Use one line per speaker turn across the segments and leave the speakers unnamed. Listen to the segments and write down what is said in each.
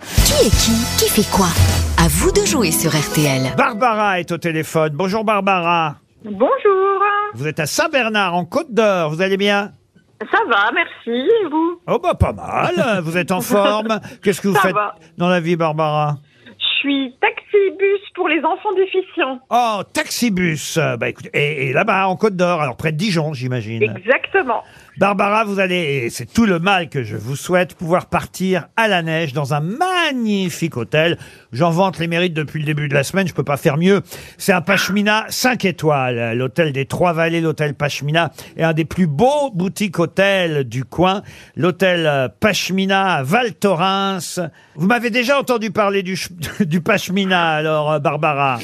Qui est qui Qui fait quoi À vous de jouer sur RTL.
Barbara est au téléphone. Bonjour Barbara.
Bonjour.
Vous êtes à Saint-Bernard en Côte d'Or. Vous allez bien
Ça va, merci. Et vous
Oh bah pas mal. Vous êtes en forme. Qu'est-ce que vous
Ça
faites
va.
dans la vie Barbara
Je suis taxi-bus pour les enfants déficients.
Oh, taxibus. Euh, Bah écoutez, et, et là-bas en Côte d'Or, alors près de Dijon, j'imagine.
Exactement.
Barbara, vous allez, et c'est tout le mal que je vous souhaite, pouvoir partir à la neige dans un magnifique hôtel. J'en vante les mérites depuis le début de la semaine, je peux pas faire mieux. C'est un Pachemina 5 étoiles. L'hôtel des Trois Vallées, l'hôtel Pachemina, est un des plus beaux boutiques hôtels du coin. L'hôtel euh, Pachemina à Val Thorens. Vous m'avez déjà entendu parler du, ch- du Pachemina, alors, euh, Barbara.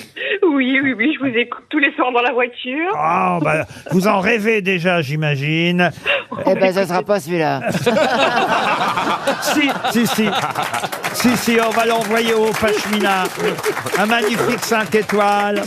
Oui, oui, oui, je vous écoute tous les soirs dans la voiture.
Oh, bah, vous en rêvez déjà, j'imagine.
Eh ben, ça sera pas celui-là.
Si, si, si. Si, si, on va l'envoyer au Pachemina. Un magnifique 5 étoiles.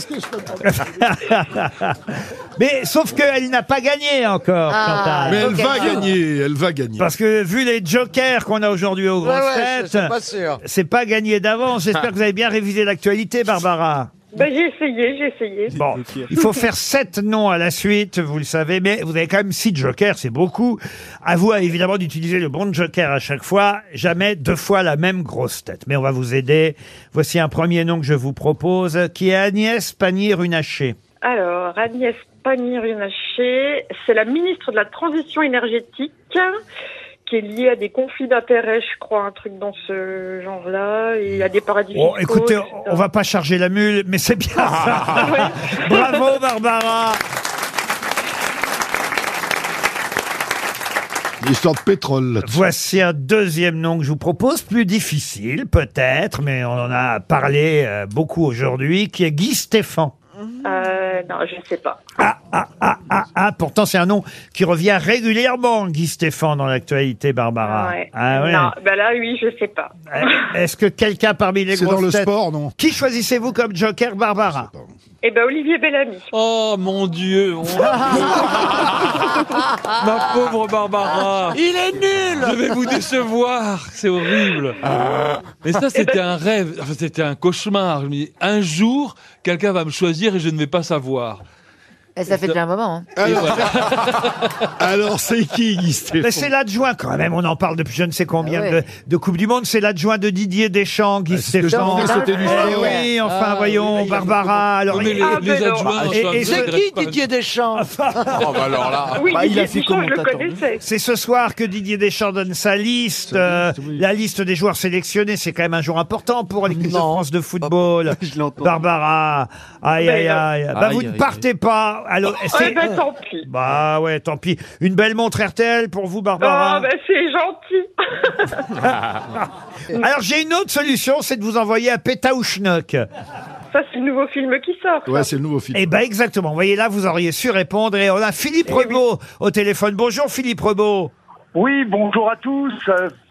Mais sauf qu'elle n'a pas gagné encore,
Mais
Chantal.
elle va
Pokémon.
gagner, elle va gagner.
Parce que vu les jokers qu'on a aujourd'hui aux grosses
ouais, je- je suis
têtes,
pas sûr.
Bah, c'est pas gagné d'avance. J'espère que vous avez bien révisé l'actualité, Barbara.
Ben, j'ai essayé, j'ai essayé.
Bon, il faut faire sept noms à la suite, vous le savez, mais vous avez quand même six jokers, c'est beaucoup. À vous, évidemment, d'utiliser le bon joker à chaque fois, jamais deux fois la même grosse tête. Mais on va vous aider. Voici un premier nom que je vous propose, qui est Agnès Pannier-Runacher.
Alors, Agnès Pannier-Runacher, c'est la ministre de la Transition énergétique qui est liée à des conflits d'intérêts, je crois, un truc dans ce genre-là, et à des paradis
Oh,
fiscaux,
écoutez,
etc.
on va pas charger la mule, mais c'est bien ça. Bravo, Barbara
Histoire de pétrole. là-dessus.
Voici un deuxième nom que je vous propose, plus difficile peut-être, mais on en a parlé euh, beaucoup aujourd'hui, qui est Guy Stéphane.
Euh, non, je ne sais pas.
Ah, ah, ah, ah, ah. Pourtant, c'est un nom qui revient régulièrement, Guy Stéphane, dans l'actualité, Barbara.
Ouais.
Ah ouais.
Non, ben là, oui, je ne sais pas.
Euh, Est-ce que quelqu'un parmi les
C'est
grosses
dans le
têtes-
sport, non
Qui choisissez-vous comme joker, Barbara
Eh ben, Olivier Bellamy.
Oh mon Dieu on- Ma pauvre Barbara Il est nul Je vais vous décevoir C'est horrible Mais ça c'était un rêve, enfin, c'était un cauchemar. Je me dis, un jour, quelqu'un va me choisir et je ne vais pas savoir.
Et ça fait déjà un moment. hein.
Et voilà.
Alors c'est qui, Guy Stéphane
Mais c'est l'adjoint quand même, on en parle depuis je ne sais combien
Ah ouais.
de, de Coupe du Monde, c'est l'adjoint de Didier Deschamps, Guy
Ah, c'est ce que je
Stéphane.
pensais, c'était du
Eh
sport.
oui, enfin
Ah,
voyons,
oui,
Barbara. Alors,
Non, mais les,
Ah,
les
mais non.
adjoints,
Et-
ça
et
me
c'est
intéresse pas.
Deschamps
Ah, bah,
Oui,
Bah, il
Didier
a fait
Deschamps, je le
commentateur, lui.
connaissais.
C'est ce soir que Didier Deschamps donne sa liste, euh, la liste des joueurs sélectionnés. C'est quand même un jour important pour l'équipe de
Non.
France de football.
Je l'entends.
Barbara, aïe
Mais
aïe
non.
aïe. Bah
Aïe,
vous
aïe,
ne
aïe.
partez pas. Alors,
Eh
c'est-
ben, tant pis.
Bah ouais, tant pis. Une belle montre RTL pour vous,
Oh,
Barbara.
ben, c'est gentil. ben-
Alors j'ai une autre solution, c'est de vous envoyer à Pétaouchnok.
Ça, c'est le nouveau film qui sort.
Ouais, c'est le nouveau film.
Eh ben exactement. Vous voyez là, vous auriez su répondre. Et on a Philippe
Eh
Rebaud au téléphone. Bonjour Philippe Rebaud.
Oui, bonjour à tous.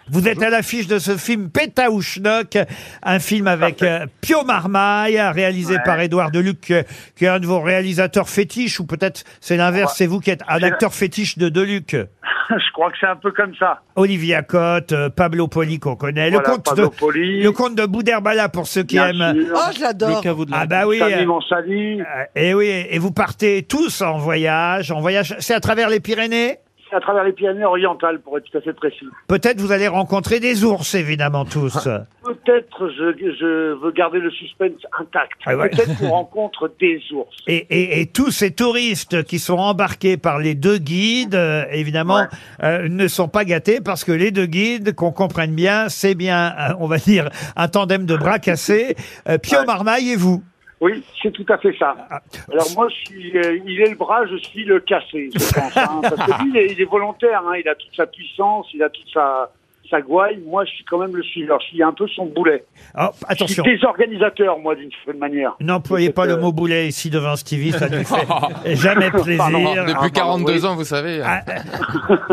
Euh,
Vous êtes à l'affiche de ce film Pétaouchnok, un film avec euh, Pio Marmaille, réalisé par Édouard Deluc, euh, qui est un de vos réalisateurs fétiches, ou peut-être c'est l'inverse, c'est vous qui êtes un acteur fétiche de Deluc.
je crois que c'est un peu comme ça.
Olivier Cotte, euh, Pablo Poli qu'on connaît,
Voilà,
le comte
Pablo
de
Poli.
le comte de Bouderbala pour ceux qui
Bien
aiment.
sûr.
je l'adore.
Ah bah oui.
Samy
euh,
Mansali,
euh, et oui, et vous partez tous en voyage, en voyage, c'est à travers les Pyrénées.
c'est à travers les Pyrénées orientales, pour être tout à fait précis.
Peut-être vous allez rencontrer des ours, évidemment tous.
Peut-être je, je veux garder le suspense intact.
Ah ouais.
Peut-être qu'on rencontre des ours.
Et, et- et tous ces touristes qui sont embarqués par les deux guides, euh, évidemment,
Ouais.
euh, ne sont pas gâtés parce que les deux guides, qu'on comprenne bien, c'est bien, euh, on va dire, un tandem de bras cassés, euh, Pio
Ouais.
Marmaille et vous.
Oui, c'est tout à fait
Ah,
ça. Alors moi, je suis, euh, il est le bras, je suis le cassé, je pense. hein, parce que lui, il est, il est volontaire, hein, il a toute sa puissance, il a toute sa, sa gouaille. Moi, je suis quand même le suiveur, je suis un peu son boulet.
Alors,
Je suis
Oh, attention.
désorganisateur, moi, d'une certaine manière.
N'employez pas
Peut-être,
le
euh,
mot boulet ici devant Stevie, ça ne lui fait jamais plaisir.
Ah, pardon,
Depuis 42
oui.
ans, vous savez.
Ah,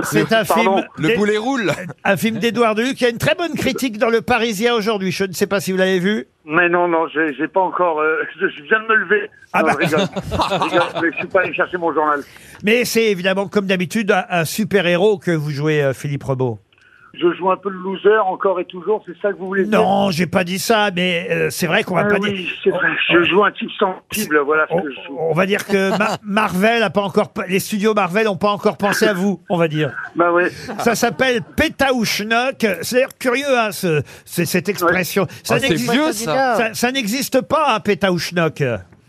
C'est un
Pardon.
film,
Le
d'E-
boulet roule.
un film d'Edouard Deluc qui a une très bonne critique dans Le Parisien aujourd'hui. Je ne sais pas si vous l'avez vu.
Mais non, non, j'ai j'ai pas encore. euh, je, je viens de me lever.
Ah
Non,
bah.
je rigole. Je rigole, mais je suis pas allé chercher mon journal.
Mais c'est évidemment, comme d'habitude, un, un super-héros que vous jouez, euh, Philippe Rebaud.
je joue un peu le loser encore et toujours, c'est ça que vous voulez dire
Non, j'ai pas dit ça, mais euh, c'est vrai qu'on va
Ah
pas
oui,
dire. Oh,
c'est vrai, je joue un type sensible, voilà ce
On,
que je joue.
on va dire que Ma- Marvel a pas encore, les studios Marvel ont pas encore pensé à vous, on va dire.
Bah ouais.
Ça s'appelle pétaouchnock. C'est d'ailleurs curieux, hein, ce- c'est- cette expression. Ça
Ah, c'est
n'existe-
vieux, ça.
Oh.
ça- ça n'existe pas, hein, un pétaouchnock.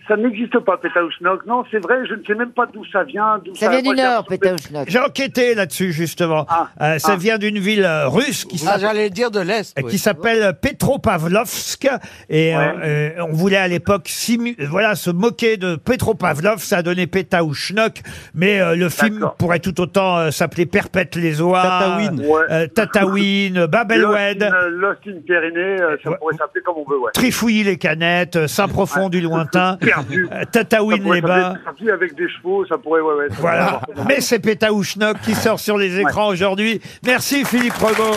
Ça n'existe pas, Pétaouchnock. Non, c'est vrai, je ne sais même pas d'où ça vient. d'où
Ça vient du
moi, j'ai
Nord,
l'impression-
Pétaouchnock.
J'ai enquêté là-dessus, justement.
Ah,
Euh, ça
ah.
vient d'une ville euh, russe qui
Ah,
s'appelle...
j'allais dire de l'Est.
qui
oui.
s'appelle Petropavlovsk et
Ouais.
euh, euh, on voulait à l'époque simu- voilà se moquer de Petropavlov ça a donné Pétaouchnok mais euh, le film
D'accord.
pourrait tout autant euh, s'appeler Perpète les oies
Tataouine.
Ouais.
euh, Tataouine
Lost
Babelwed
in, euh, Lost in Pyrénées, euh, ça
Ouais.
pourrait s'appeler comme on veut, ouais.
Trifouiller les canettes euh, Saint-Profond du lointain
Perdu.
euh,
Ça
Tataouine
pourrait
les bains
s'appeler Perdu avec des chevaux, ça pourrait, ouais, ouais. ça pourrait
Voilà.
avoir-
Mais c'est Pétaouchnock qui sort sur les écrans aujourd'hui. Merci Philippe Rebaud.